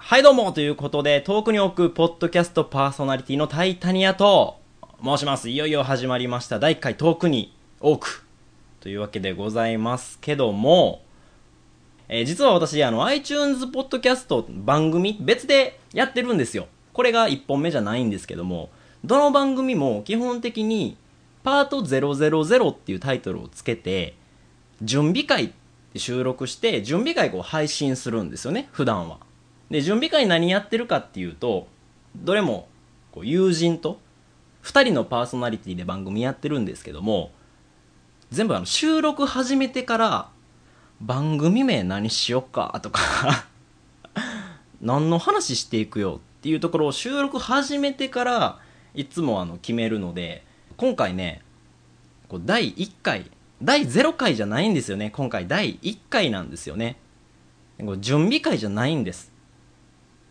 はいどうもということで、遠くに置くポッドキャストパーソナリティのタイタニアと申します。いよいよ始まりました。第1回遠くに置くというわけでございますけども、えー実は私、あの、iTunes ポッドキャスト番組別でやってるんですよ。これが1本目じゃないんですけども、どの番組も基本的にパート000っていうタイトルをつけて、準備会って収録して、準備会を配信するんですよね、普段は。で、準備会何やってるかっていうと、どれもこう友人と2人のパーソナリティで番組やってるんですけども、全部あの収録始めてから番組名何しよっかとか 何の話していくよっていうところを収録始めてからいつもあの決めるので今回ねこう第1回第0回じゃないんですよね今回第1回なんですよねこう準備会じゃないんです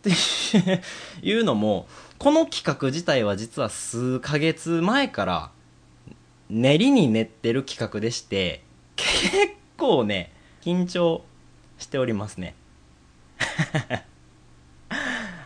っていうのもこの企画自体は実は数ヶ月前から練りに練ってる企画でして結構ね緊張しておりますね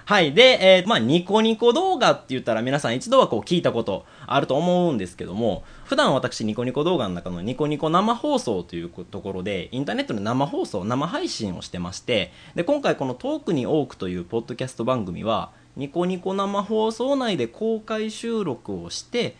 はいで、えーまあ、ニコニコ動画って言ったら皆さん一度はこう聞いたことあると思うんですけども普段私ニコニコ動画の中のニコニコ生放送というところでインターネットの生放送生配信をしてましてで今回この「トークに多く」というポッドキャスト番組はニコニコ生放送内で公開収録をして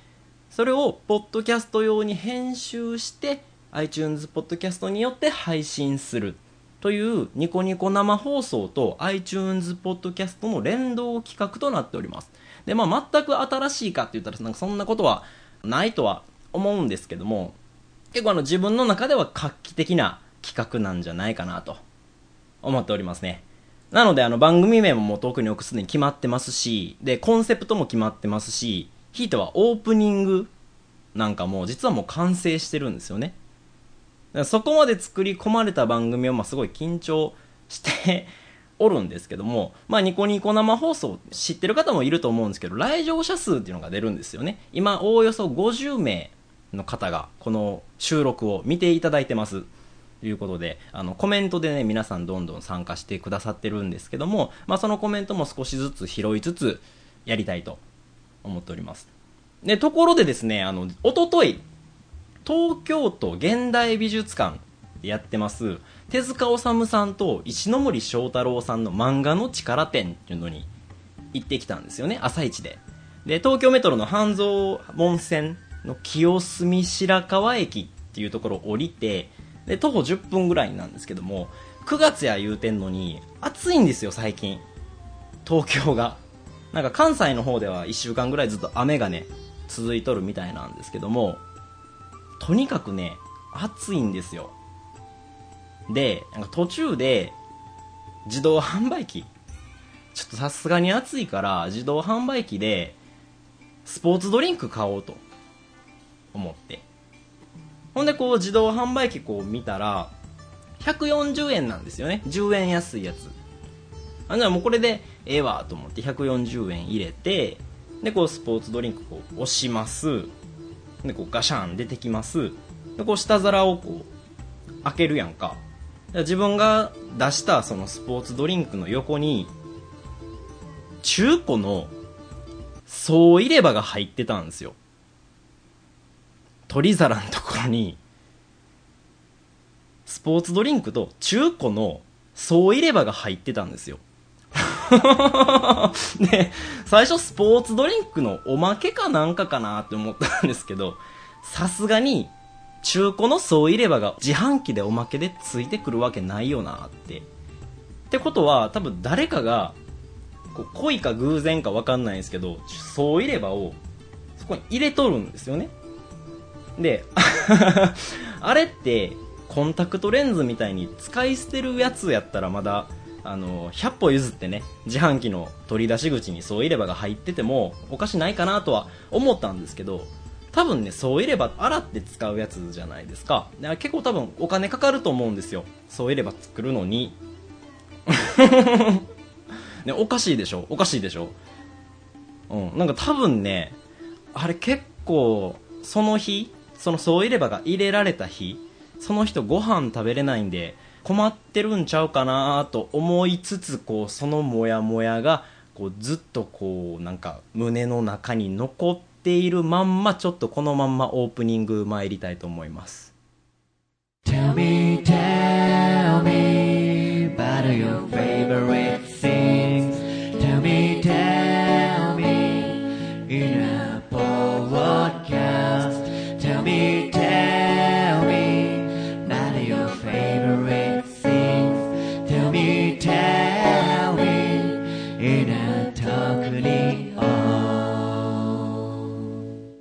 それをポッドキャスト用に編集して iTunes ポッドキャストによって配信するというニコニコ生放送と iTunes ポッドキャストの連動企画となっておりますでまあ全く新しいかって言ったらなんかそんなことはないとは思うんですけども結構あの自分の中では画期的な企画なんじゃないかなと思っておりますねなのであの番組名ももう遠くに置くすでに決まってますしでコンセプトも決まってますしひいてはオープニングなんかもう実はもう完成してるんですよねだからそこまで作り込まれた番組はまあすごい緊張しておるんですけども、まあ、ニコニコ生放送知ってる方もいると思うんですけど来場者数っていうのが出るんですよね今おおよそ50名の方がこの収録を見ていただいてますということであのコメントでね皆さんどんどん参加してくださってるんですけども、まあ、そのコメントも少しずつ拾いつつやりたいと思っておりますでところでですねあの一昨日東京都現代美術館でやってます手塚治虫さんと石ノ森章太郎さんの漫画の力展っていうのに行ってきたんですよね朝一でで東京メトロの半蔵門線の清澄白河駅っていうところを降りてで徒歩10分ぐらいなんですけども9月や言うてんのに暑いんですよ最近東京がなんか関西の方では1週間ぐらいずっと雨がね続いとるみたいなんですけどもとにかくね暑いんですよでなんか途中で自動販売機ちょっとさすがに暑いから自動販売機でスポーツドリンク買おうと思ってほんでこう自動販売機こう見たら140円なんですよね10円安いやつあじゃあもうこれでええわと思って140円入れてでこうスポーツドリンクこう押しますでこうガシャン出てきますでこう下皿をこう開けるやんかで自分が出したそのスポーツドリンクの横に中古の総入れ歯が入ってたんですよ取り皿のところにスポーツドリンクと中古の総入れ歯が入ってたんですよ で最初スポーツドリンクのおまけかなんかかなって思ったんですけどさすがに中古の総入れ歯が自販機でおまけでついてくるわけないよなってってことは多分誰かがこう恋か偶然か分かんないんですけど総入れ歯をそこに入れとるんですよねであれってコンタクトレンズみたいに使い捨てるやつやったらまだあの100歩譲ってね自販機の取り出し口にそう入れ歯が入っててもおかしないかなとは思ったんですけど多分ねそう入れ歯洗って使うやつじゃないですかだから結構多分お金かかると思うんですよそう入れ歯作るのに ねおかしいでしょおかしいでしょうんなんか多分ねあれ結構その日そのそう入れ歯が入れられた日その人ご飯食べれないんで困ってるんちゃうかなと思いつつこうそのモヤモヤがこうずっとこうなんか胸の中に残っているまんまちょっとこのまんまオープニング参りたいと思います Tell me, tell me about your favorite things. Tell me, tell me in a podcast. Tell me, tell me about your favorite things. Tell me, tell me in a talking on.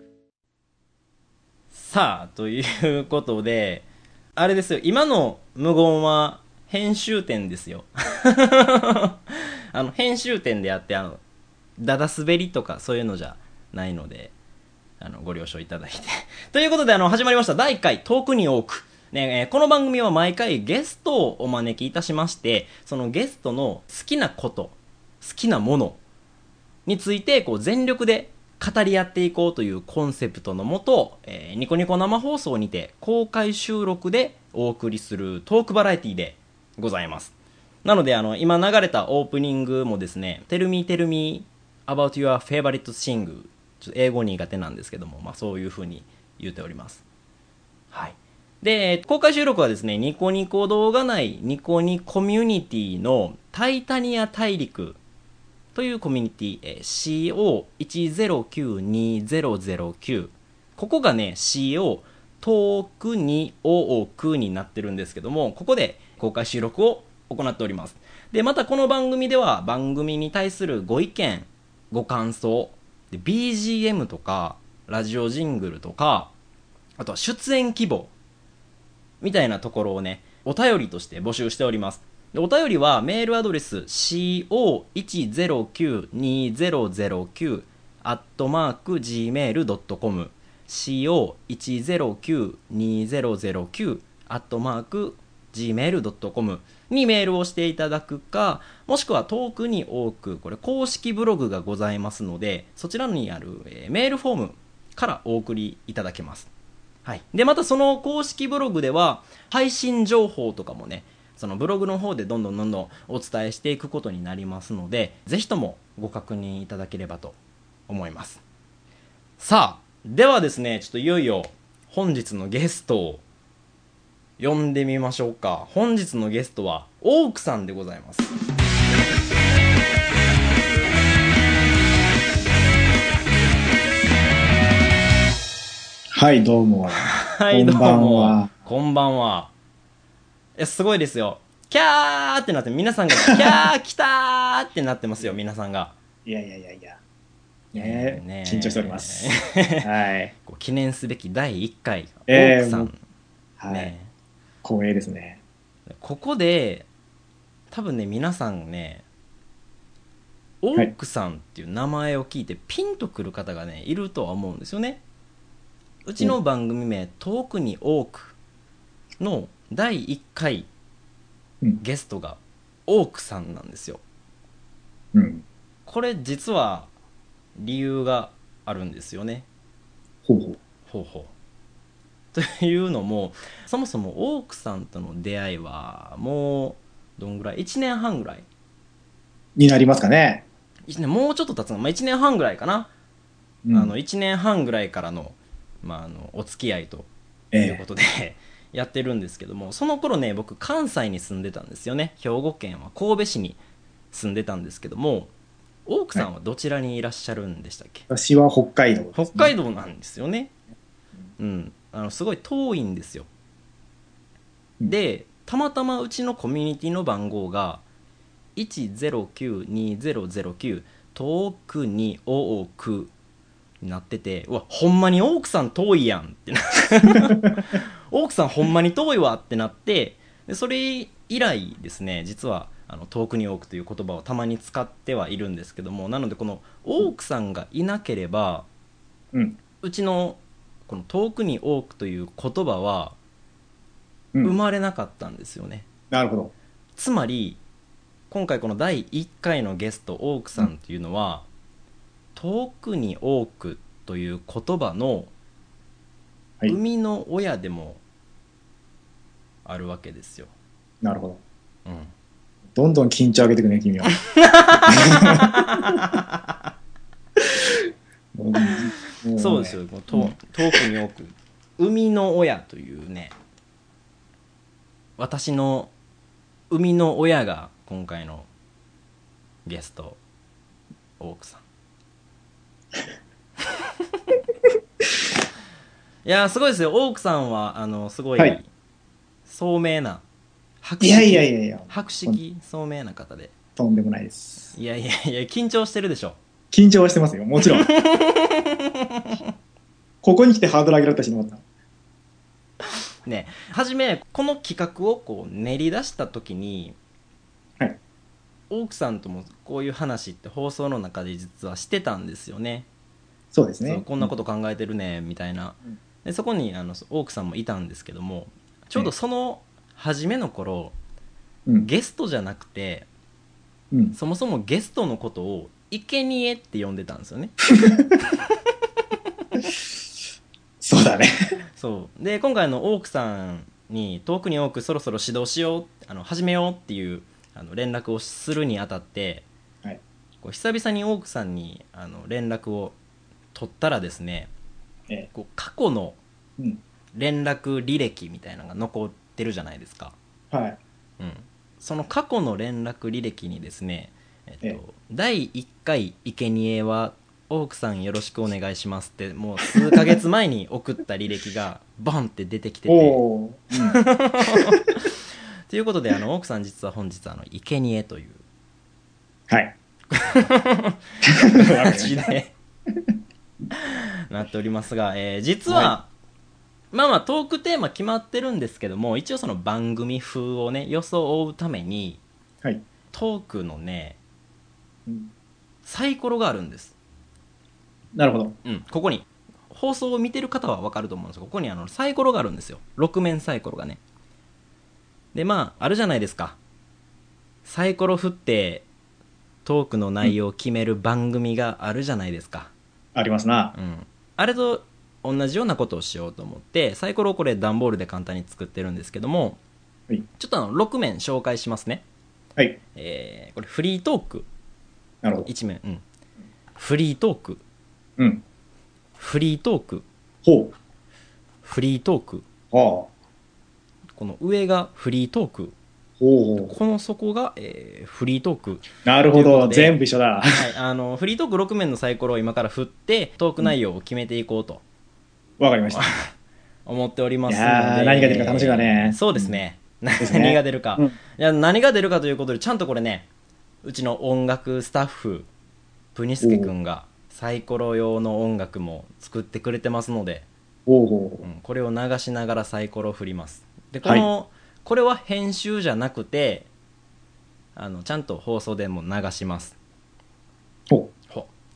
さあということであれですよ今の無言は編集点ですよ あの編集点であってあのだだ滑りとかそういうのじゃないのであのご了承いただいて ということであの始まりました第1回「遠くに多く」ねえーこの番組は毎回ゲストをお招きいたしましてそのゲストの好きなこと好きなものについてこう全力で語り合っていこうというコンセプトのもと、えーニコニコ生放送にて公開収録でお送りするトークバラエティでございますなのであの今流れたオープニングもですね「Tell me tell me about your favorite sing」ちょっと英語苦手なんですけども、まあ、そういうふうに言っておりますはい。で、公開収録はですね、ニコニコ動画内ニコニコミュニティのタイタニア大陸というコミュニティ、えー CO1092009。ここがね、CO 遠くに多くになってるんですけども、ここで公開収録を行っております。で、またこの番組では番組に対するご意見、ご感想、で BGM とか、ラジオジングルとか、あとは出演希望みたいなところをね、お便りとして募集しております。でお便りはメールアドレス co1092009 アットマーク gmail.com co1092009 アットマーク gmail.com にメールをしていただくか、もしくは遠くに多く、これ公式ブログがございますので、そちらにある、えーメールフォームからお送りいただけます。はい、でまたその公式ブログでは配信情報とかもねそのブログの方でどんどんどんどんお伝えしていくことになりますのでぜひともご確認いただければと思いますさあではですねちょっといよいよ本日のゲストを呼んでみましょうか本日のゲストはオークさんでございますはい、どうも。はい、どうこんばんもは。こんばんは。え、すごいですよ。キャーってなって、皆さんが、 キャー来たーってなってますよ、皆さんが。いやいやいやいや。ねえ、ねえ緊張しており ます。はい。 こう記念すべき第1回、ええ奥さん、はい。ね。光栄ですね。ここで、多分ね、皆さんね、オはいークさんっていう名前を聞いてピンとくる方がねいるとは思うんですよねうちの番組名「遠くに多く」の第1回うんゲストがオークさんなんですようん。これ実は理由があるんですよねほうほう。ほうほうというのもそもそもオークさんとの出会いはもうどんぐらい1年半ぐらいになりますかね。一年もうちょっと経つの、まあ、1年半ぐらいかな、うんあの、1年半ぐらいからの,、まあ、あのお付き合いとえいうこえとで、 やってるんですけどもその頃ね僕関西に住んでたんですよね兵庫県は神戸市に住んでたんですけどもオークさんはどちらにいらっしゃるんでしたっけ、私は北海道ですね、北海道なんですよねうんあのすごい遠いんですようんでたまたまうちのコミュニティの番号が1092009遠くに多くになっててうわほんまにオークさん遠いやんってな オークさんほんまに遠いわってなってでそれ以来ですね実はあの遠くに多くという言葉をたまに使ってはいるんですけどもなのでこのオークさんがいなければうん。うちのこの遠くに多くという言葉はうん生まれなかったんですよね、なるほど。つまり今回この第1回のゲストオークさんというのは、遠くに多くという言葉のはい生みの親でもあるわけですよ、なるほど。うんどんどん緊張上げてくね、君 は。んそうです。よ、もうとうん遠くに多く「生みの親」というね私の生みの親が今回のゲスト大奥さん いやーすごいですよ大奥さんはあのすごい、はい聡明な博いやいやいやいや、博識聡明な方でとんでもないです。いやいやいや緊張してるでしょ緊張はしてますよ、も ちろん。ここに来てハードル上げられたしなかった。ね初めこの企画をこう練り出した時に、はい奥さんともこういう話って放送の中で実はしてたんですよねそうですそうね。こんなこと考えてるねみたいな、うんでそこにあのそう奥さんもいたんですけどもちょうどその初めの頃、うん。ゲストじゃなくてうん。そもそもゲストのことを「生贄って呼んでたんですよねそうだね。そうで今回のオークさんに遠くに多くそろそろ指導しようあの始めようっていうあの連絡をするにあたって、はいこう久々にオークさんにあの連絡を取ったらですねええこう過去のうん連絡履歴みたいなのが残ってるじゃないですか、はい。うん、その過去の連絡履歴にですね、えっとええ第1回「生贄はオークさんよろしくお願いします」ってもう数ヶ月前に送った履歴が バンって出てきておておー。ということであのオークさん実は本日あの生贄といううん はい。形で なっておりますが、えー実は、はまあまあトークテーマ決まってるんですけども一応その番組風をね装うためにはい。トークのねうんサイコロがあるんですなるほど。うん、ここに放送を見てる方は分かると思うんですがここにあのサイコロがあるんですよ6面サイコロがねでまああるじゃないですかサイコロ振ってトークの内容を決める番組があるじゃないですか、ありますな。うん、あれと同じようなことをしようと思ってサイコロをこれ段ボールで簡単に作ってるんですけども、はいちょっとあの6面紹介しますね、はい。えーこれフリートークなるほど。 1面、うん、フリートークうん。フリートークほフリートークう。はあ。この上がフリートークほうほう。この底が、えーフリートーク、なるほというこど。とで全部一緒はだ。い、あのフリートーク6面のサイコロを今から振ってトーク内容を決めていこうとわかりました。思っておりますのいやでー何が出るか楽しみだねそうですね、すね何が出るか、うんいや何が出るかということでちゃんとこれねうちの音楽スタッフプニスケ君がサイコロ用の音楽も作ってくれてますので、ほうほうう。んこれを流しながらサイコロを振りますでこの、これは編集じゃなくてあのちゃんと放送でも流しますほ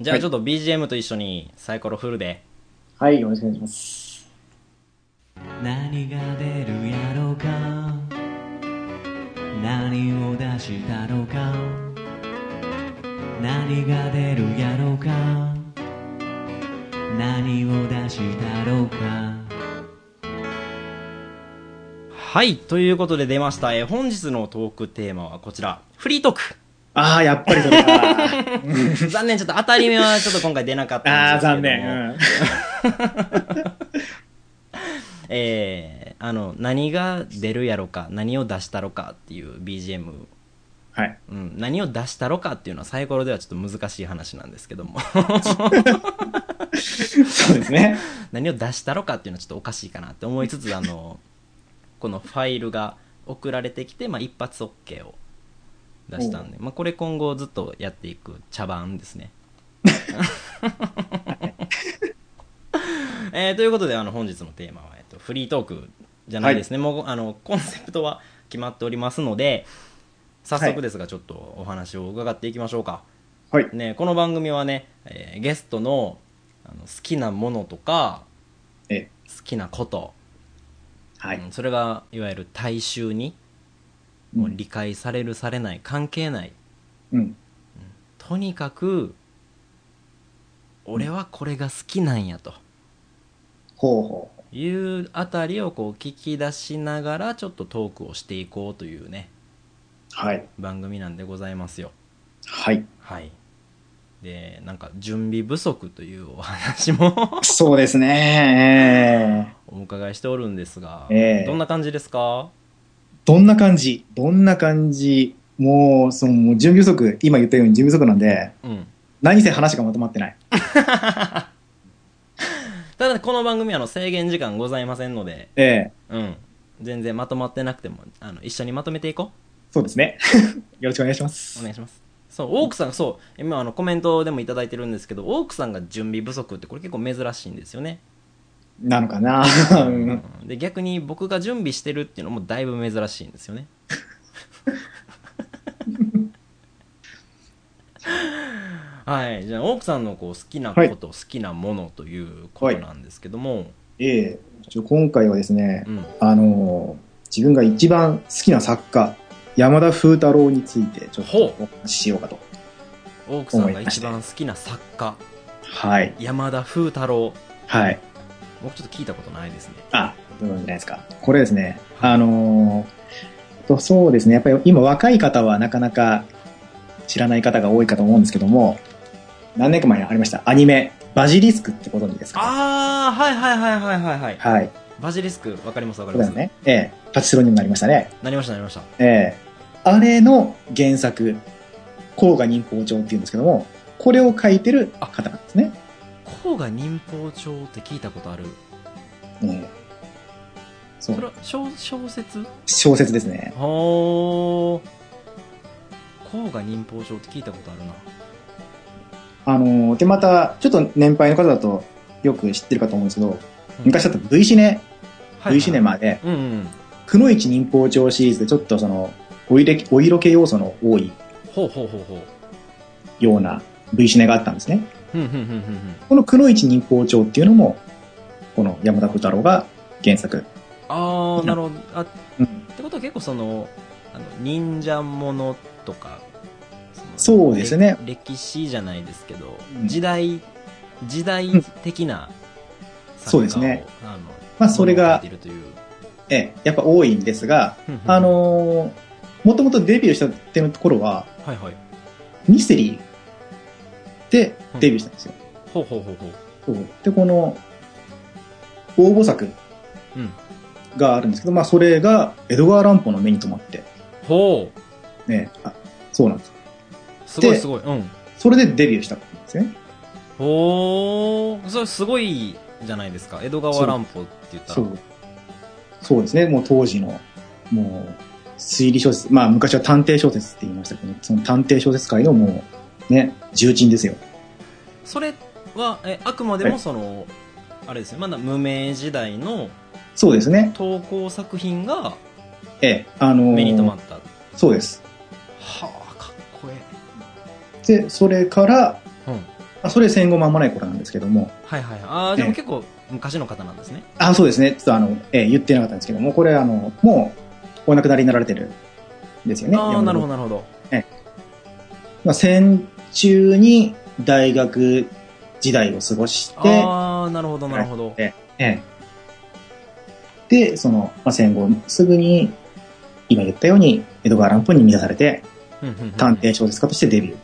じゃあはいちょっと BGM と一緒にサイコロ振るでう。はい。よろしくお願いします。何が出るやろうか何を出したろうか何が出るやろうか何を出したろうかはいということで出ました、えー本日のトークテーマはこちらフリートーク ああ、やっぱりそれか。 残念ちょっと当たり目はちょっと今回出なかったあんあ、ですけ ども残念。うんえーあの何が出るやろか何を出したろかっていう BGM はい。うん、何を出したろかっていうのはサイコロではちょっと難しい話なんですけどもそうですね。何を出したろかっていうのはちょっとおかしいかなって思いつつあのこのファイルが送られてきて、まあ、一発 OK を出したんで、まあ、これ今後ずっとやっていく茶番ですね。えーということであの本日のテーマは、えっと、フリートークじゃないですね、もうあのコンセプトは決まっておりますので早速ですがちょっとお話を伺っていきましょうか。はい。ね、この番組はね、えーゲストのあの好きなものとかええ、好きなこと、うはい。んそれがいわゆる大衆にもう理解されるされない関係ないうん。とにかく俺はこれが好きなんやとほうほう。いうあたりをこう聞き出しながらちょっとトークをしていこうというねはい。番組なんでございますよはい。はいでなんか準備不足というお話も そうですね。えーお伺いしておるんですが、ええどんな感じですかどんな感じどんな感じもう、その、もう準備不足、今言ったように準備不足なんで、うん何せ話がまとまってない。ただこの番組はあの制限時間ございませんのでええうん全然まとまってなくてもあの一緒にまとめていこそうです ね。よろしくお願いします。うお願いしますそうオークさんそう今あのコメントでもいただいてるんですけどオークさんが準備不足ってこれ結構珍しいんですよねなのかなうんで逆に僕が準備してるっていうのもだいぶ珍しいんです よねはいじゃあ奥さんのこう好きなこと、好きなものということなんですけども、ええちょ今回はですねう、ん、あのー自分が一番好きな作家、山田風太郎についてちょっとお話ししようかと。奥さんが一番好きな作家はい。山田風太郎はい。僕ちょっと聞いたことないですねあ、どうなんじゃないですか。これですね、あのーとそうですね、やっぱり今若い方はなかなか知らない方が多いかと思うんですけども、何年か前にありました、アニメ、バジリスクってことですか。ああはいはいはいはいはいはいはい。バジリスクわかりますわかそりまうだすよね。ええ。パチスロにもなりましたね。なりましたなりましたええあれの原作、甲賀忍法帳っていうんですけども、これを書いてる方なんですね。甲賀忍法帳って聞いたことあるええそそれうは小小説小説ですね。ほー甲賀忍法帳って聞いたことあるなあのーで、また、ちょっと年配の方だとよく知ってるかと思うんですけど、昔だっった V シネ、た V シネマで、うんうんくのいち忍法帳シリーズでちょっとその、お色気お色気要素の多いほうほうほうほうような V シネがあったんですね。ふんふんふんふんふんこのくのいち忍法帳っていうのも、この山田小太郎が原作。ああなるほどあっうん、てことは結構そのあの忍者ものとかそのうですねれ歴史じゃないですけど、うん時代時代的なそうですね作家をあのまあそれがものを書いてるというええ、やっぱ多いんですが、ふんふんふんあのもともとデビューしたてのところは、はいはいミステリーでデビューしたんですよ。ほうほうほうほうそうで、この、応募作うんがあるんですけど、まあそれが、エドガー・ランポの目に留まって、ほうね、あそうなんです。すごいですごいうんそれでデビューしたんですね。ほーそれすごいじゃないですか江戸川乱歩って言ったらそう。そうですね。もう当時の、もう、推理小説、まあ昔は探偵小説って言いましたけど、その探偵小説界のもう、ね、重鎮ですよ。それはえあくまでもその、あれですねまだ無名時代のそうですね。投稿作品がええ、あのー目に留まったはそうです。あかっこえで、それから、え、うん、あそれ戦後間もない頃なんですけども、はいはいはいああでもええ結構昔の方なんですねあ、そうですね。ちょっとあの、ええ、言ってなかったんですけども、これあの、もう、お亡くなりになられてるんですよね。ああなるほどど。なるほどまあ、戦中に大学時代を過ごして、ああなるほどなるほど、ええ、で、その、まあ、戦後すぐに、今言ったように、江戸川乱歩に乱されて、うんうんうん探偵小説家としてデビュー。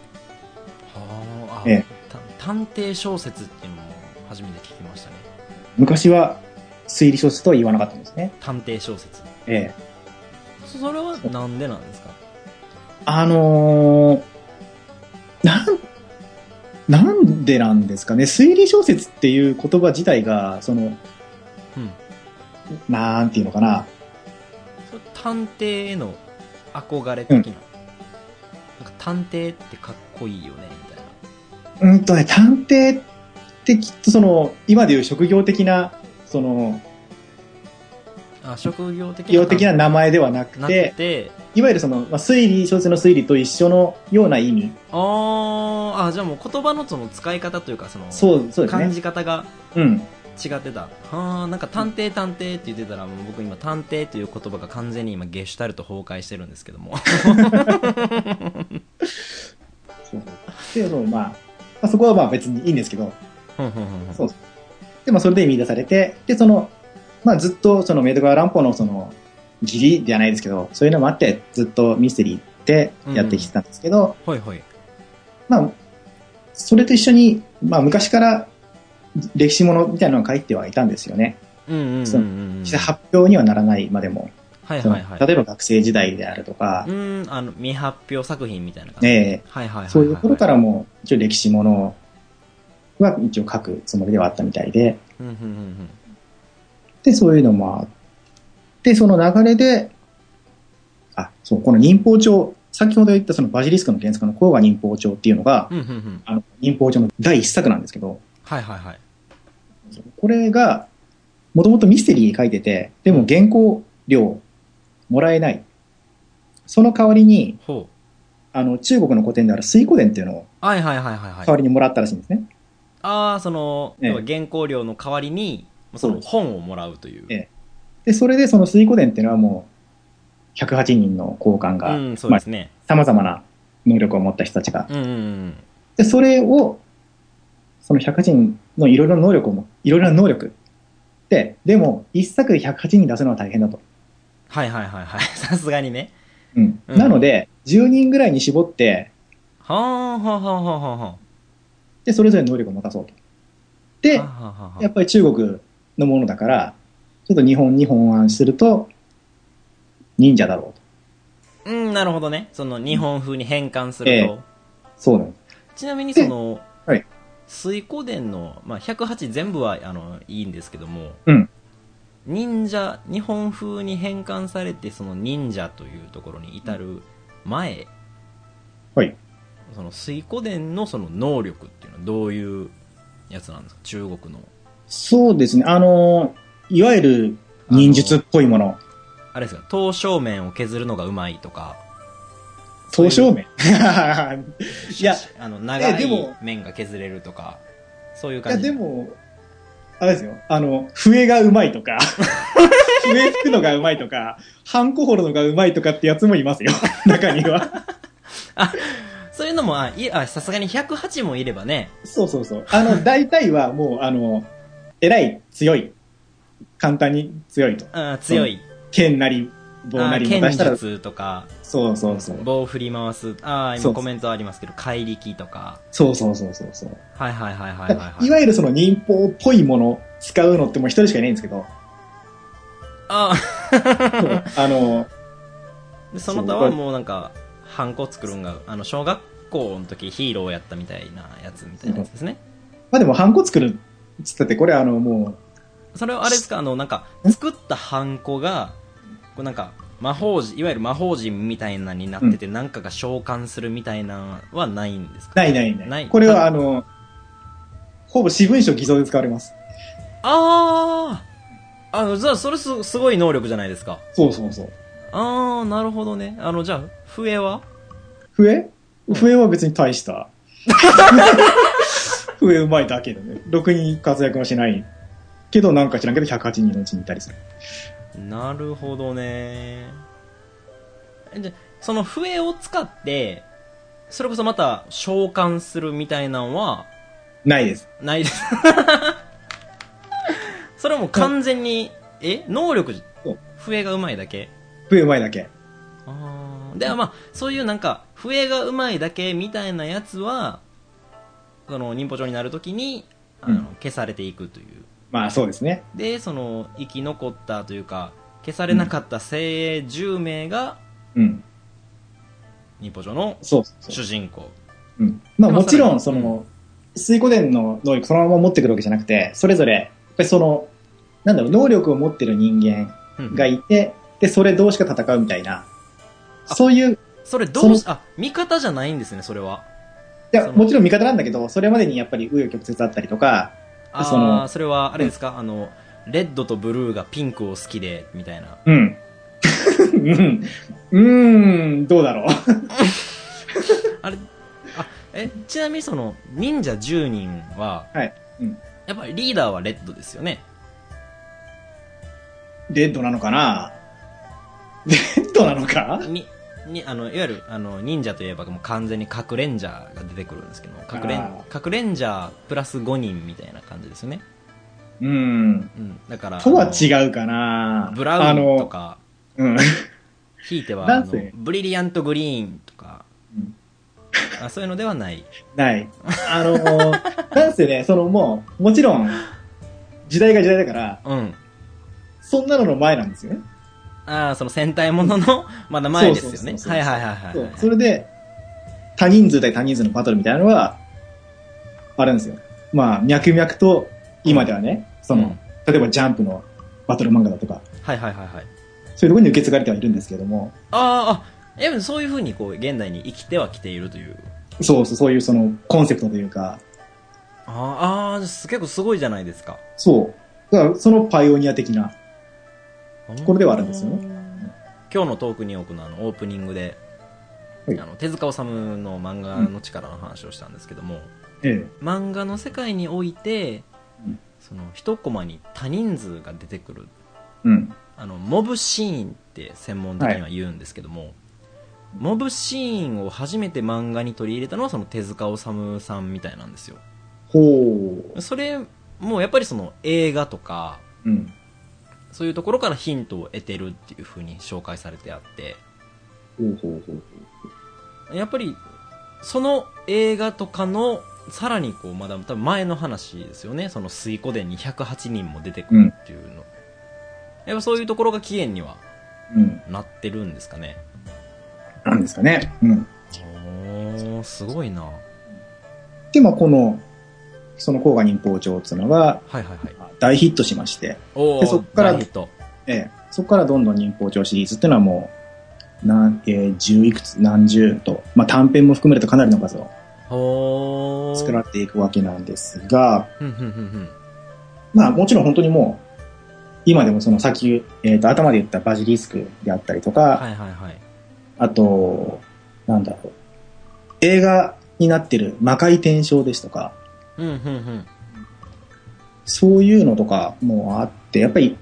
はあ、ええた探偵小説っていうのも初めて聞きましたね昔は推理小説とは言わなかったんですね。探偵小説ええ。そそれはなんでなんですかあのーなん、なんでなんですかね。推理小説っていう言葉自体が、その、うんなんていうのかな。それ探偵への憧れ的な,、なんか探偵ってかっこいいよねみたいなうんとね、探偵ってきっとその、今でいう職業的な、その、あ職業的な企業的な名前ではなくなくて、ていわゆるその、まあ、推理、小説の推理と一緒のような意味。あーあじゃあもう言葉のその使い方というかそのそう、そうです感ね。じ方がうん。違ってたはあなんか探偵探偵って言ってたらもう僕今探偵という言葉が完全に今ゲシュタルト崩壊してるんですけどもそうで、そう、まあ、まあ、そこはまあ別にいいんですけど、 ふんふんふんふんそうで、まあ、それで見出されて、で、その、まあずっとそのメドガー・ランポのその義理じゃないですけど、そういうのもあってずっとミステリーってやってきてたんですけど、はいはい。まあ、それと一緒に、まあ、昔から歴史ものみたいなのを書いてはいたんですよね。うんうんうんそうんうん。して発表にはならないまでも、はいそのはいはい。例えば学生時代であるとかう、ん、あの、未発表作品みたいな感じ。ねえはいはいはいはい。そういう頃からも一応歴史ものは一応書くつもりではあったみたいで、うんうんうんうん。で、そういうのもあって、その流れで、あ、そう、この忍法帳、先ほど言ったそのバジリスクの原作の甲賀忍法帳っていうのが、うんうんうん。あの忍法帳の第一作なんですけど、はいはいはい。これが、もともとミステリー書いてて、でも原稿料もらえない。その代わりに、ほう。あの、中国の古典である水古伝っていうのをはいはいはいはいはい代。わりにもらったらしいんですね。ああ、その、ええ要は原稿料の代わりに、そそうのです本をもらうという。ええで、それでその水古伝っていうのはもう、108人の高官が、うん、そうですね。様々な能力を持った人たちが。うんうんうん。で、それを、その108人のいろいろな能力をも、いろいろな能力。で、でも、一作で108人出すのは大変だと。はいはいはいはい。 さすがにね。うん。うんなので、10人ぐらいに絞って、はあ、はあはあはあはあはあ。で、それぞれ能力を持たそうと。で、はあはあはあやっぱり中国のものだから、ちょっと日本に本案すると、忍者だろうと。うん、なるほどね。その、日本風に変換すると。ええそうなの。ちなみにその、はい水光伝の、まあ、108全部はあのいいんですけども、うん忍者日本風に変換されてその忍者というところに至る前、はいその水光伝のその能力っていうのはどういうやつなんですか中国のそうですね。あのー、いわゆる忍術っぽいもの。あれですか刀正面を削るのがうまいとか刀正 面。いや、いあの長えいでも面が削れるとかそういうや感じでも、あれですよ。あの、笛がうまい とか、笛吹くのがうまいとか、ハンコ掘るのがうまいとかってやつもいますよ。 中には。そういうのもあいあさすがに108もいればねそうそうそう。あの、大体はもう、あの、偉い、強い。簡単に強いと。あー強い剣なり棒なりもあー出した剣ら術とかそうそうそう棒を振り回すああそ今うコメントありますけど怪力とかそうそうそうそうそう、はいはいはいはいはいいはわいゆるその忍法っぽいもの使うのってもう一人しかいないんですけどあそうあのあその他はもうなんかハンコ作るんがあの小学校の時ヒーローやったみたいなやつみたいなやつですねまあでもハンコ作るっつったってこれあのもそれはあれですかあのなんか作ったハンコがこうなんか魔法人いわゆる魔法人みたいなになってて、なんかが召喚するみたいなのはないんですうかないないないないこれはあのほぼ私文書偽造で使われますあああのじゃあそれすすごい能力じゃないですかそうそうそうああなるほどねあのじゃあ笛は笛笛は別に大した 笛うまいだけでねろくに活躍もしないけどなんか知らんけど108人のうちにいたりするなるほどねじゃその笛を使ってそれこそまた召喚するみたいなのはないですないです それはもう完全にえ能力じそう笛がうまいだけ笛うまいだけあーではまあそういうなんか笛がうまいだけみたいなやつはその忍法帳になるときにあの、うん消されていくというまあそうですねでその生き残ったというか消されなかった精鋭10名がうん忍法帳のそうそう主人公うんまあでももちろん、そそれの、水湖伝の能力そのまま持ってくるわけじゃなくて、それぞれ、やっぱりその、なんだろう、能力を持ってる人間うんがいて、で、それ同士が戦うみたいな、あそういう、いそれどうしそあ味方じゃないんですねそれはそや、のもちろん味方なんだけど、それまでにやっぱり紆余曲折あったりとか、あそそのそれはあれですか、あのレッドとブルーがピンクを好きでみたいなうん。 うん、うーん、どうだろう。あれあえちなみにその忍者10人は、はいうんやっぱりリーダーはレッドですよねレッドなのかなレッドなのかににあのいわゆるあの忍者といえばもう完全に核レンジャーが出てくるんですけど核レあンー核レンジャープラス5人みたいな感じですよねうん。うん、だからとはう違うかなブラウンと。かあのうん。ひいてはあなんのせブリリアントグリーンとか、うんあそういうのではないない。あのーなんせね、そのもう、もちろん、時代が時代だから、うんそんなのの前なんですよね。ああその戦隊ものの まだ前ですよそうそうそうねそうはいはいはいはいそはうい。それで、多人数対多人数のバトルみたいなのは、あれなんですよ。まあ、脈々と、今ではね、その、うん例えばジャンプのバトル漫画だとか、はいはいはいはいそういうところに受け継がれてはいるんですけども、あーあでもそういうふうにこう現代に生きてはきているというそうそう、そういうそのコンセプトというか、あーあーす結構すごいじゃないですかそう。だから、そのパイオニア的な、これではあるんですよねね今日のトークニューヨークのあのオープニングで、はいあの手塚治虫の漫画の力の話をしたんですけども、え漫画の世界において、うんその一コマに多人数が出てくるえ。うん。あのモブシーンって専門的には言うんですけども、モブシーンを初めて漫画に取り入れたのはその手塚治虫さんみたいなんですよほう。それもやっぱりその映画とかうん。そういうところからヒントを得てるっていう風に紹介されてあってほうほうほう。やっぱりその映画とかのさらにこうまだ多分前の話ですよねその水湖伝に108人も出てくるっていうの、やっぱそういうところが起源にはうん。なってるんですかねなんですかね。うん。おおすごいなはで、まあ、この、その甲賀忍法帳っていうのが、いはいはいまあ大ヒットしまして、おおでそっから大ヒットええ、そこからどんどん忍法帳シリーズっていうのはもう、なん、えー、十いくつ、何十と、まあ、短編も含めるとかなりの数をおお作られていくわけなんですが、ふんふんふんふんまあ、もちろん本当にもう、今でもそのさっき、えっ、と、頭で言ったバジリスクであったりとか、はいはいはいあと、なんだろう、映画になってる魔界転生ですとか、うんふんふんそういうのとかもあって、やっぱり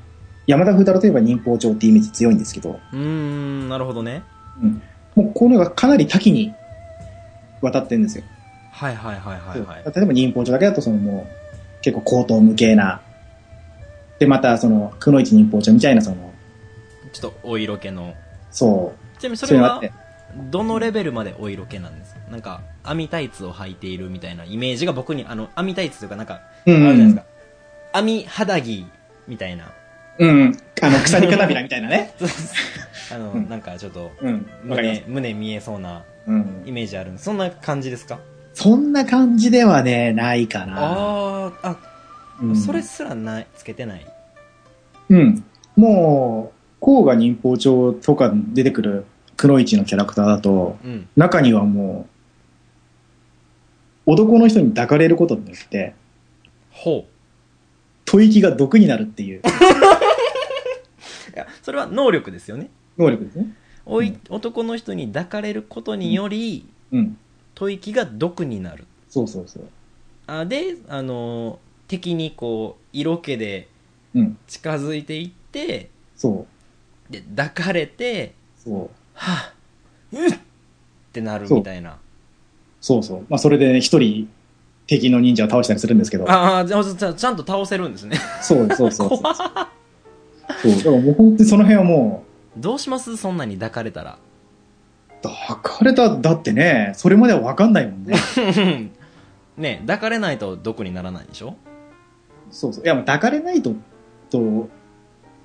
山田風太郎といえば忍法帳ってイメージ強いんですけど、うーんなるほどねうん、もうこれがかなり多岐に渡ってるんですよ。はいはいはいはいはい例えば忍法帳だけだとそのもう結構高等無形な、でまたそのくのいち忍法帳みたいなその、ちょっとお色気のそう、ちなみにそそうれいうのがあはって、どのレベルまでお色気なんですかなんか網タイツを履いているみたいなイメージが僕にあの網タイツというかなんかうあるじゃん、なういですんか、網肌着みたいな うん、あの鎖片びらみたいなね。あの、うんなんかちょっとうん、わかります胸。胸見えそうなうんイメージあるんでそんな感じですかそんな感じではね、ないかな。あーあ、うんそれすらないつけてないうん。もう、甲賀忍法帳とかに出てくる黒市のキャラクターだと、うん中にはもう、男の人に抱かれることによって、ほう吐息が毒になるっていういやそれは能力ですよね能力ですね。おい、う男の人に抱かれることにより、うん。吐息が毒になるそうそうそう。あであのー敵にこう色気でうん。近づいていってそう。で抱かれてそう。はぁうっってなるみたいなそうそう。まあ、それでね一、人、敵の忍者を倒したりするんですけど。ああじゃあちゃんちゃんと倒せるんですね そうそうそうそう。怖っそう。だからもう本当にその辺はもどうしますそんなに抱かれたら う、抱かれた、だってね、それまではわかんないもんね。ね抱かれないと毒にならないでしょそうそう。いや、もう抱かれないと、と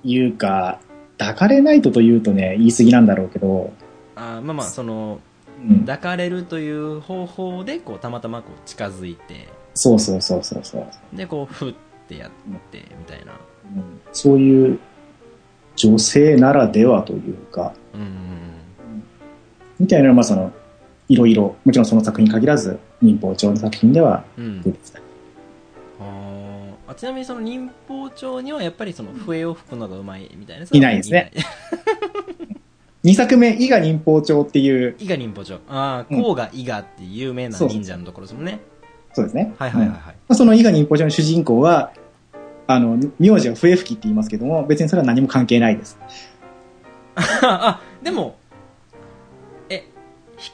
いうか、抱かれないとというとね、言い過ぎなんだろうけど、あーまあまあそのうん、抱かれるという方法でこうたまたまこう近づいてそうそうそうそうそう、でこうふってやってみたいなうんそういう女性ならではというか、うんうんみたいなのがまあその、いろいろ、もちろんその作品に限らず、民法帳の作品ではうんうん出てきた。あーあちなみにその忍法帳にはやっぱりその笛を吹くのがうまいみたいなやついないですねいない2作目、伊賀民法帳っていう、伊賀忍法帳ああうん甲賀伊賀っていう有名な忍者のところですもんねそうですね。はいはいはいうんまはい、あその伊賀民法帳の主人公は、あの、名字は笛吹きって言いますけども、別にそれは何も関係ないです。あでもえ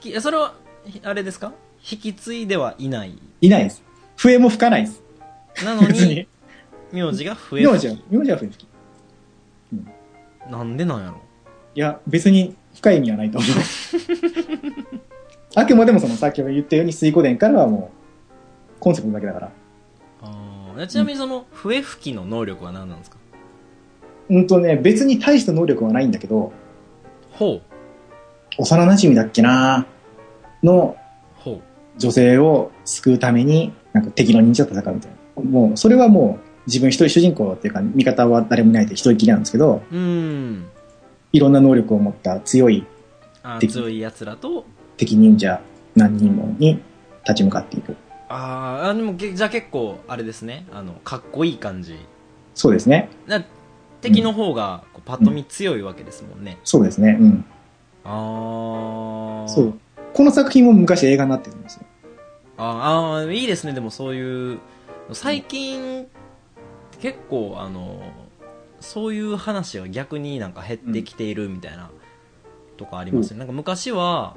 引きそれはひあれですか引き継いではいないいないです。笛も吹かないです。なの 別にに。名字が増え名好字はき、名字は増え好き。いなんでなんやろや、別に深い意味はないと 思う。あくまでもその、さっきも言ったように、水湖伝からはもう、コンセプトだけだから。あーちなみにその笛吹きの能力は何なんですかうんとね、別に大した能力はないんだけど、ほう幼馴染だっけなのほ女性を救うために、なんか敵の忍者と戦うみたいな。もう、それはもう、自分一人主人公っていうか、味方は誰もいないで一人きりなんですけど、ううーんいろんな能力を持った強いあー敵強いやつらと敵忍者何人もに立ち向かっていく。あーあでもけじゃあ結構あれですねあのかっこいい感じそうですね。だ敵の方がこうパッと見強いわけですもんね、そうですね。うん。ああそう。この作品も昔映画になってるんですよ。ああいいですねでもそういう最近結構あのそういう話が逆になんか減ってきているみたいなとかありますよね、なんか昔は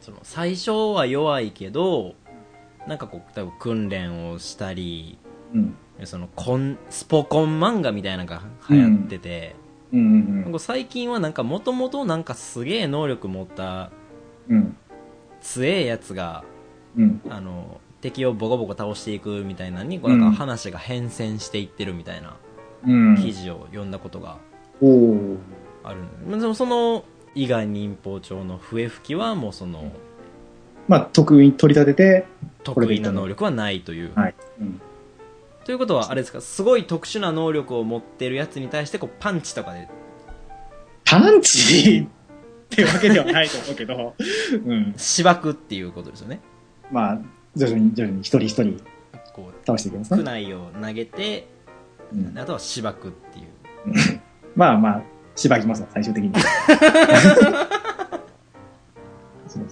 その最初は弱いけどなんかこう多分訓練をしたりうん。そのコンスポコン漫画みたいなのが流行ってて、うんなんか最近はなんかもともとなんかすげえ能力持ったうんうん。うん。強えやつがうん。あの敵をボコボコ倒していくみたいなのにこうなんかうん話が変遷していってるみたいなうん。記事を読んだことがおーある、まあでもその伊賀忍法帳の笛吹きはもうそのまあ、得意に取り立てて、こ得れでい意いなと思う能力はないという、はい。うん。ということはあれですかすごい特殊な能力を持ってるやつに対してこうパンチとかでパンチってわけではないと思うけど、うん。しばくっていうことですよねまあ、徐々に徐々に一人一人こ倒していくんですうね区。内を投げてうんあとはしばくっていうまあまあ、しばきますわ、最終 的に。そうそう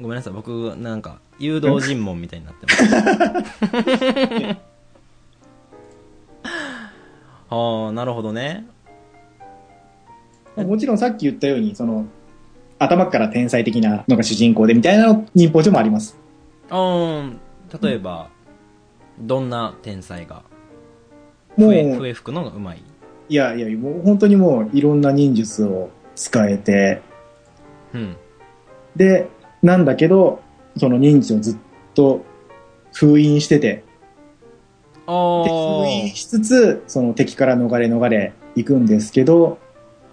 ごめんなさい僕なんか誘導尋問みたいになって ますああなるほどねまあもちろんさっき言ったように、その、頭から天才的なのが主人公でみたいな忍法書もあります。あー例えば、どんな天才がもう、笛い笛吹くのがうまいやいや、もう本当にもういろんな忍術を使えて、うんで、なんだけど、その忍術をずっと封印してて、あで封印ーしつつ、その敵から逃れ逃れ行くんですけど、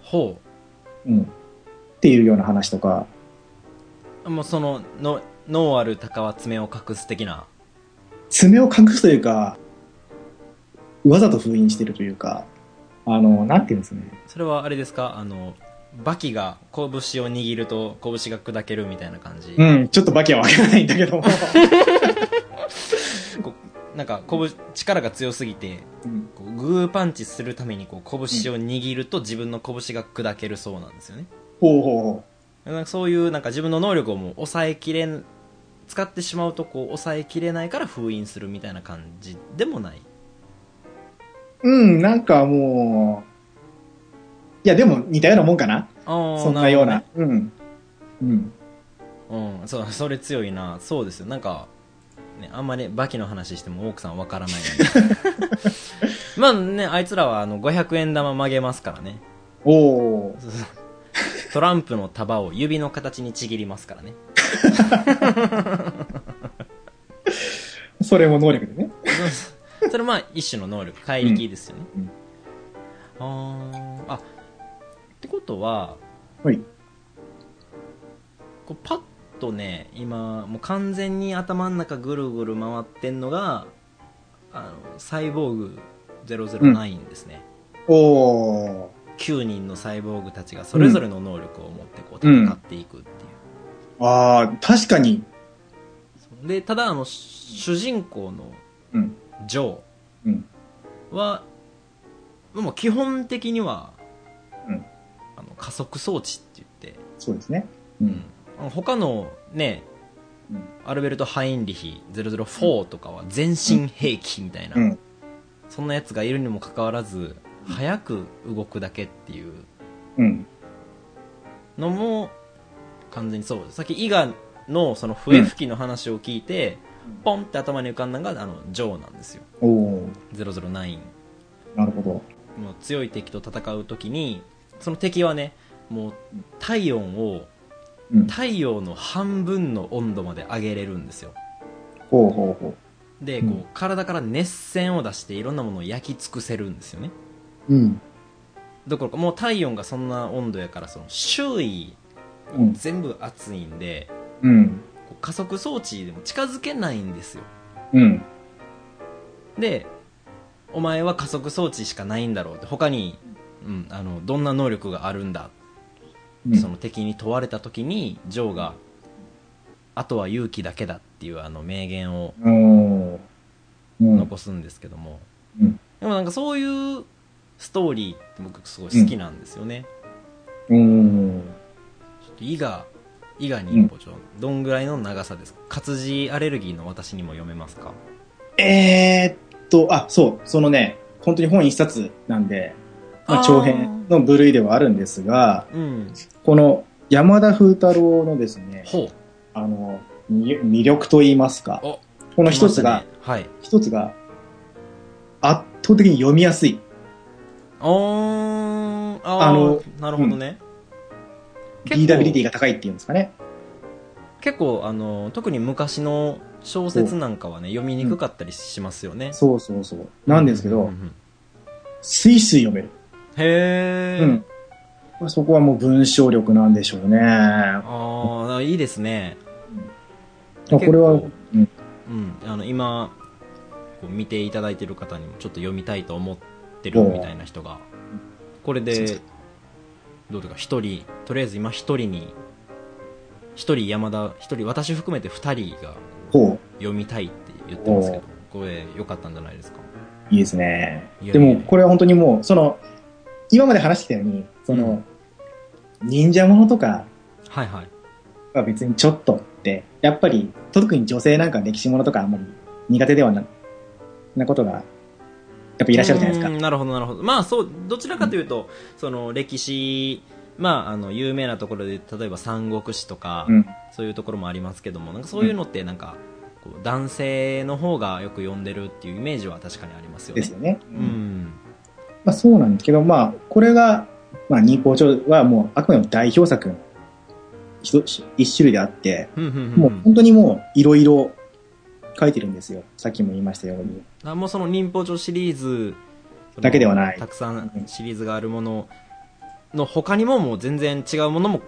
ほうん。っていうような話とか、うもうそのの脳ある鷹は爪を隠す的な爪を隠すというか、わざと封印してるというか、あの、なんていうんですかね。それはあれですかあのバキが拳を握ると拳が砕けるみたいな感じ、うん、ちょっとバキはわからないんだけ ども。こなんか拳力が強すぎてうんこうグーパンチするためにこう拳を握ると自分の拳が砕けるそうなんですよね、ほうほうほ。なんかそういうなんか自分の能力をもう抑えきれん使ってしまうとこう抑えきれないから封印するみたいな感じでもないううん、なんかもう、いや、でも似たようなもんかな。そそんなような。うん。うん。うんそうそれ強いなそうですよなんか、ね、あんまりバキの話しても奥さんわからないのでまあねあいつらはあの500円玉曲げますからねおー。そうそうトランプの束を指の形にちぎりますからねそれも能力でね。 それまあ一種の能力怪力ですよね、うんあーあってことははい。こうパッとね今もう完全に頭の中ぐるぐる回ってんのがあのサイボーグ009ですね、おー。 9人のサイボーグたちがそれぞれの能力を持ってこう戦っていくっていう、あー、確かに。そうでただあの主人公のうん。ジョうん。ーは、もう基本的には、うんあの加速装置って言って、そうですね。うん。あの他のね、うんアルベルト・ハインリヒ004とかは全身兵器みたいな、うん。そんなやつがいるにもかかわらず早く動くだけっていううん。のも完全にそうさっき伊賀のその笛吹きの話を聞いて、ポンって頭に浮かんだのがあのジョーなんですよおお009なるほど。もう強い敵と戦う時にその敵はねもう体温をうん。太陽の半分の温度まで上げれるんですよほうほうほでうこんう体から熱線を出していろんなものを焼き尽くせるんですよねう。うん。どころかもう体温がそんな温度やからその周囲うん全部熱いんで、うん。こう加速装置でも近づけないんですようん。でお前は加速装置しかないんだろうって他に、うん、あのどんな能力があるんだうんその敵に問われた時にジョーが「あとは勇気だけだ」っていうあの名言をおーうん。残すんですけども、うんでもなんかそういうストーリーって僕すごい好きなんですよね、うん。ちょっと伊賀伊賀に一歩ちょどんぐらいの長さですか活字アレルギーの私にも読めますかえーっと、あ、そう、そのね、本当に本一冊なんで、あまあ、ー長編の部類ではあるんですが、うんこの山田風太郎のですね、ほあの、み魅力と言いますか、おこうの一つが、はい一つが、圧倒的に読みやすい。おーああののなるほどね、結構 BWD が高いっていうんですかね。結構あの特に昔の小説なんかはね読みにくかったりしますよね、そうそうそう。なんですけうどう、んスイスイ読める。へえ、うん。まあそこはもう文章力なんでしょうね。ああいいですねまあこれは、結構うんうん、あの今こう見ていただいてる方にもちょっと読みたいと思ってるみたいな人がこれでどうですか一人とりあえず今一人に一人山田一人私含めて二人がほ読みたいって言ってますけどこれ良かったんじゃないですかう、いいですね。いやでいやもいやこれは本当にもう、その、今まで話してきたように、その、忍者ものとかはいはいは別にちょっとって、やっぱり、特に女性なんか歴史ものとかあんまり苦手ではな、なことが、やっぱいらっしゃるじゃないですうか。んなるほどなるほどまあそうどちらかというと、その歴史まああの有名なところで例えば三国志とか、うん。そういうところもありますけどもなんかそういうのってなんか、こう男性の方がよく読んでるっていうイメージは確かにありますよでねすよね。う。んまあそうなんですけど、まあ、これが、まあ、忍法帳はもう、あくまでも代表作の一つ一種類であって、ふんふんふんふんもう本当にもういろいろ書いてるんですよ。さっきも言いましたように。あもうその忍法帳シリーズそのだけではないたくさんシリーズがあるものの他にももう全然違うものも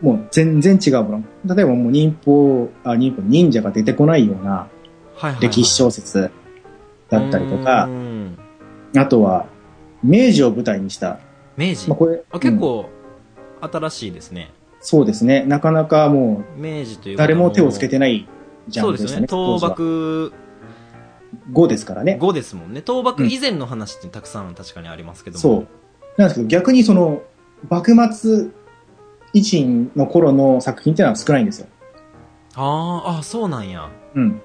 もう全然違うもの。例えばもう忍法、あ、忍法、忍者が出てこないようなはいはいはい歴史小説だったりとかう、んあとは明治を舞台にした。明治、まあこれ、あ結うん構新しいですねそうですね。なかなかも明治といううことは誰も手をつけてないジャそンうルでですしよたねね。倒幕5ですからね。 5ですもんね倒幕以前の話ってたくさん確かにありますけどもそう。なんですけど逆にその幕末維新の頃の作品っていうのは少ないんですよ。あーあそうなんやうん。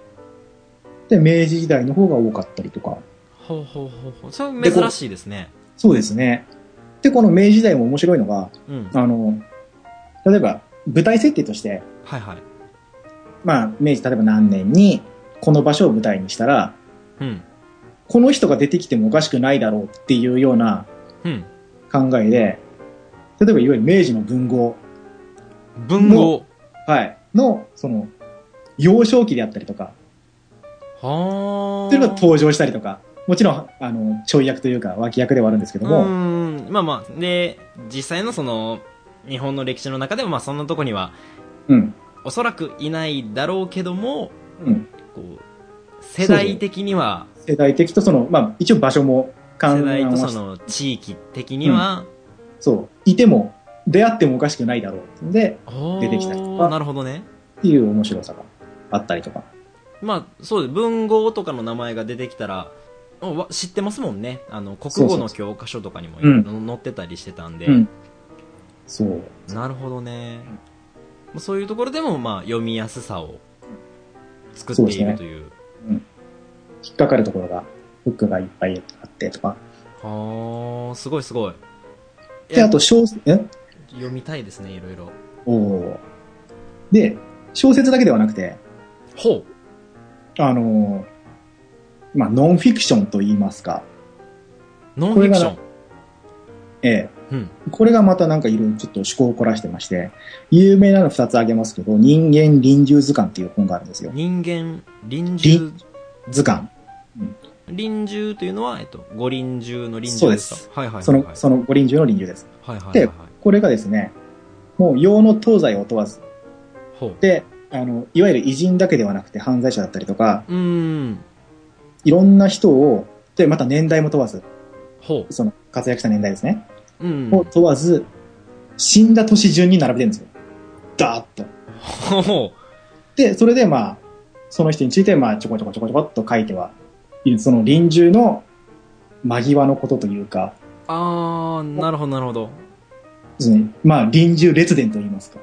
で、明治時代の方が多かったりとか。ほうほうほうほうそれでこう珍しいですねそうですね。で、この明治時代も面白いのが、うんあの、例えば舞台設定として、はいはいまあ、明治例えば何年に、この場所を舞台にしたら、うんこの人が出てきてもおかしくないだろうっていうようなうん考えで、例えばいわゆる明治の文豪、文豪はい、の、その、幼少期であったりとか、はあというのが登場したりとか、もちろん、あの、ちょい役というか脇役ではあるんですけどうも、ーんまあまあで実際のその日本の歴史の中でもまあそんなとこにはうん、おそらくいないだろうけどもうん、こう世代的には世代的とその、まあ、一応場所も世観代覧をとしその地域的には、そう、いても、出会ってもおかしくないだろう。で、おー出てきたりとかなるほどねっていう面白さがあったりとか。まあそうです文豪とかの名前が出てきたらあわ知ってますもんねあの国語の教科書とかにもそうそう載ってたりしてたんで、うん。そう。なるほどね、まあそういうところでもまあ読みやすさを作っているという引っかかるところが、フックがいっぱいあってとか。はあすごいすごいいで、やあと小説、え読みたいですねいろいろおーで、小説だけではなくて、ほあのーまあ、ノンフィクションと言いますか、う。ノンフィクションこ。ええ、うん。これがまたなんかいろいろちょっと趣向を凝らしてまして、有名なの2つ挙げますけど、人間臨終図鑑っていう本があるんですよ。人間、臨終、図鑑。臨終というのは、えっと、五臨終の臨そ終うでですすか。はいはいはいはい。その、そのご臨終の臨終です。はいはいはいではい。これがですね、もう洋の東西を問わず、ほう。で、あの、いわゆる偉人だけではなくて犯罪者だったりとか、うーん。いろんな人を、で、また年代も問わず、ほその活躍した年代ですね、う。うん。を問わず、死んだ年順に並べてるんですよ。ダーッと。ほう。で、それでまあ、その人についてまあ、ちょこちょこちょこちょこっと書いてはいる。その臨終の間際のことというか、あー、なるほどなるほど。ですね。まあ、臨終列伝と言いますか。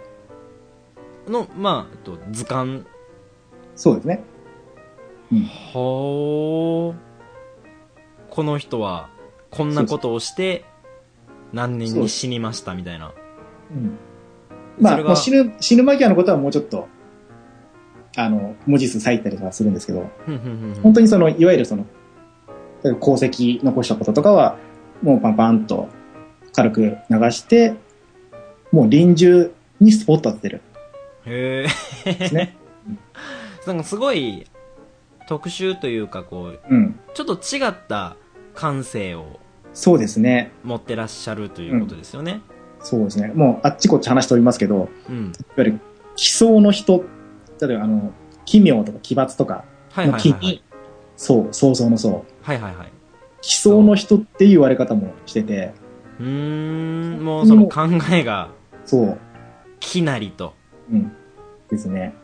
の、まあ、えっと、図鑑。そうですね。ほう。この人は、こんなことをして、何年に死にましたみたいな。うん。まそあ、れがもう死ぬ、死ぬ間際のことはもうちょっと、あの、文字数割いたりとかするんですけど、ふんふんふんふん本当にその、いわゆるその、例えば功績残したこととかは、もうパンパンと軽く流して、もう臨終にスポット当ててる。へえ。 ねなんかすごい特殊というかこう、うん。ちょっと違った感性をそうですね。持ってらっしゃるということですよね。そうですね。もう、あっちこっち話しておりますけど、うん。いわゆる、奇想の人、例えば、あの、奇妙とか奇抜とか、はいはいはい、はい。そう、想像の層。はいはいはい。奇想の人っていう言われ方もしてて、うーん、もうその考えがそう、きなりと。うん、ですね。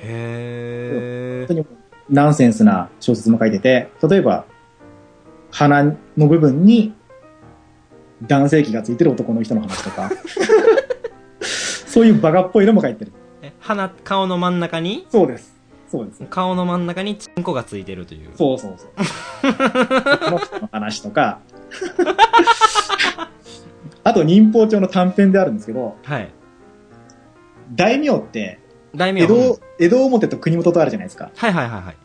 へ本当え。に、ナンセンスな小説も書いてて、例えば、鼻の部分に、男性器がついてる男の人の話と か、そういうバカっぽいのも書いてる。え鼻、顔の真ん中に、そうです。そうです。顔の真ん中にチンコがついてるという。そうそうそう。この人の話と か、あと忍法帳の短編であるんですけど、はい。大名って、大名江は。戸、江戸表と国元とあるじゃないですか。はいはいはいはい。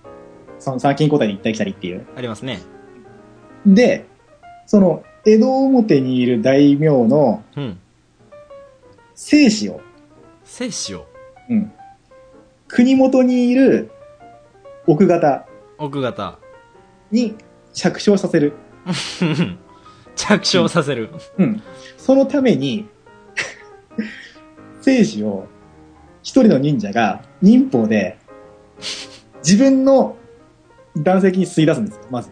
その参勤交代で行ったり来たりっていう。ありますね。で、その、江戸表にいる大名のうん。生死を、精子を。うん。国元にいる奥方奥方。 に着床させる。うん着床させる。うん。そのために、 生死を、一人の忍者が、忍法で、自分の男性器に吸い出すんですよ、まず。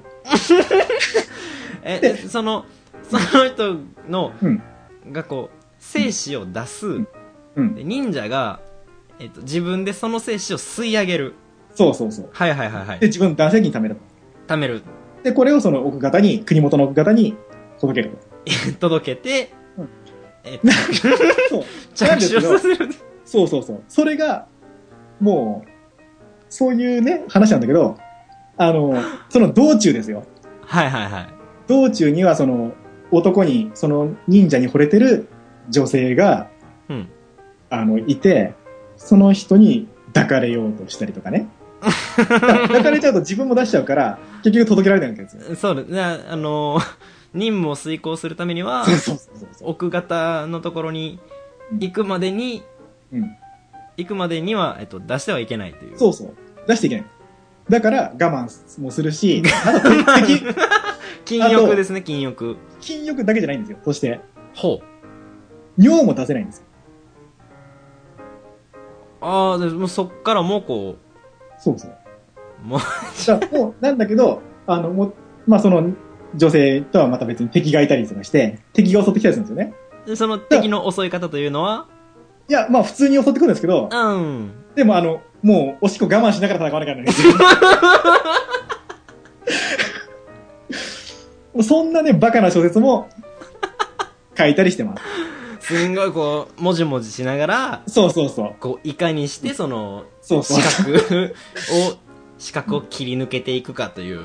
え、でその、その人の、うんがこう、精子を出す、んうん。で忍者が、えっと、自分でその精子を吸い上げる。そうそうそう。はいはいはいはで、い。自分の男性器に貯めると。貯める。で、これをその奥方に、国元の奥方に届けると。届けて、うんえっと、そう。なん着ですけ床どさせる。そうそうそう。それが、もう、そういうね、話なんだけど、あの、その道中ですよ。はいはいはい。道中にはその男に、その忍者に惚れてる女性が、うんあの、いて、その人に抱かれようとしたりとか ね。だ抱かれちゃうと自分も出しちゃうから、結局届けられないわけですよ。そうですね。あの、任務を遂行するためにはそ、うそうそうそう。奥方のところに行くまでに、うん行くまでには、えっと、出してはいけないという。そうそう。出していけない。だから我慢もするし、あと 敵、禁欲ですね、禁欲。禁欲だけじゃないんですよ。そして、ほう。尿も出せないんですよ。ああ、でもうそっからもうこそうそう。う、もう、だからもう、なんだけど、あの、もう、まあ、その、女性とはまた別に敵がいたりとかして、敵が襲ってきたりするんですよね。でその敵の襲い方というのはいや、まあ普通に襲ってくるんですけど、うん。でもあの、もうおしっこ我慢しながら戦わなきゃいけな いんですよ。もうそんなね、バカな小説も書いたりしてますんごいこう、もじもじしながら、す。そうそうそう。こう、いかにしてその、そうそう四。角を、四角を切り抜けていくかという。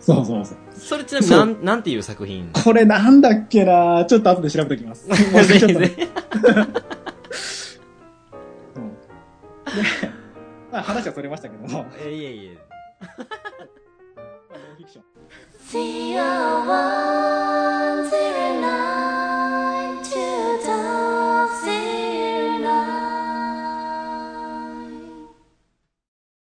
そうそうそう。それちなみになん、なんていう作品 これなんだっけなちょっと後 で調べておきます。もうちょっとぜひねぜひうんまあ話はそれましたけども、まえいえいえ。あノンフィクション。 See you.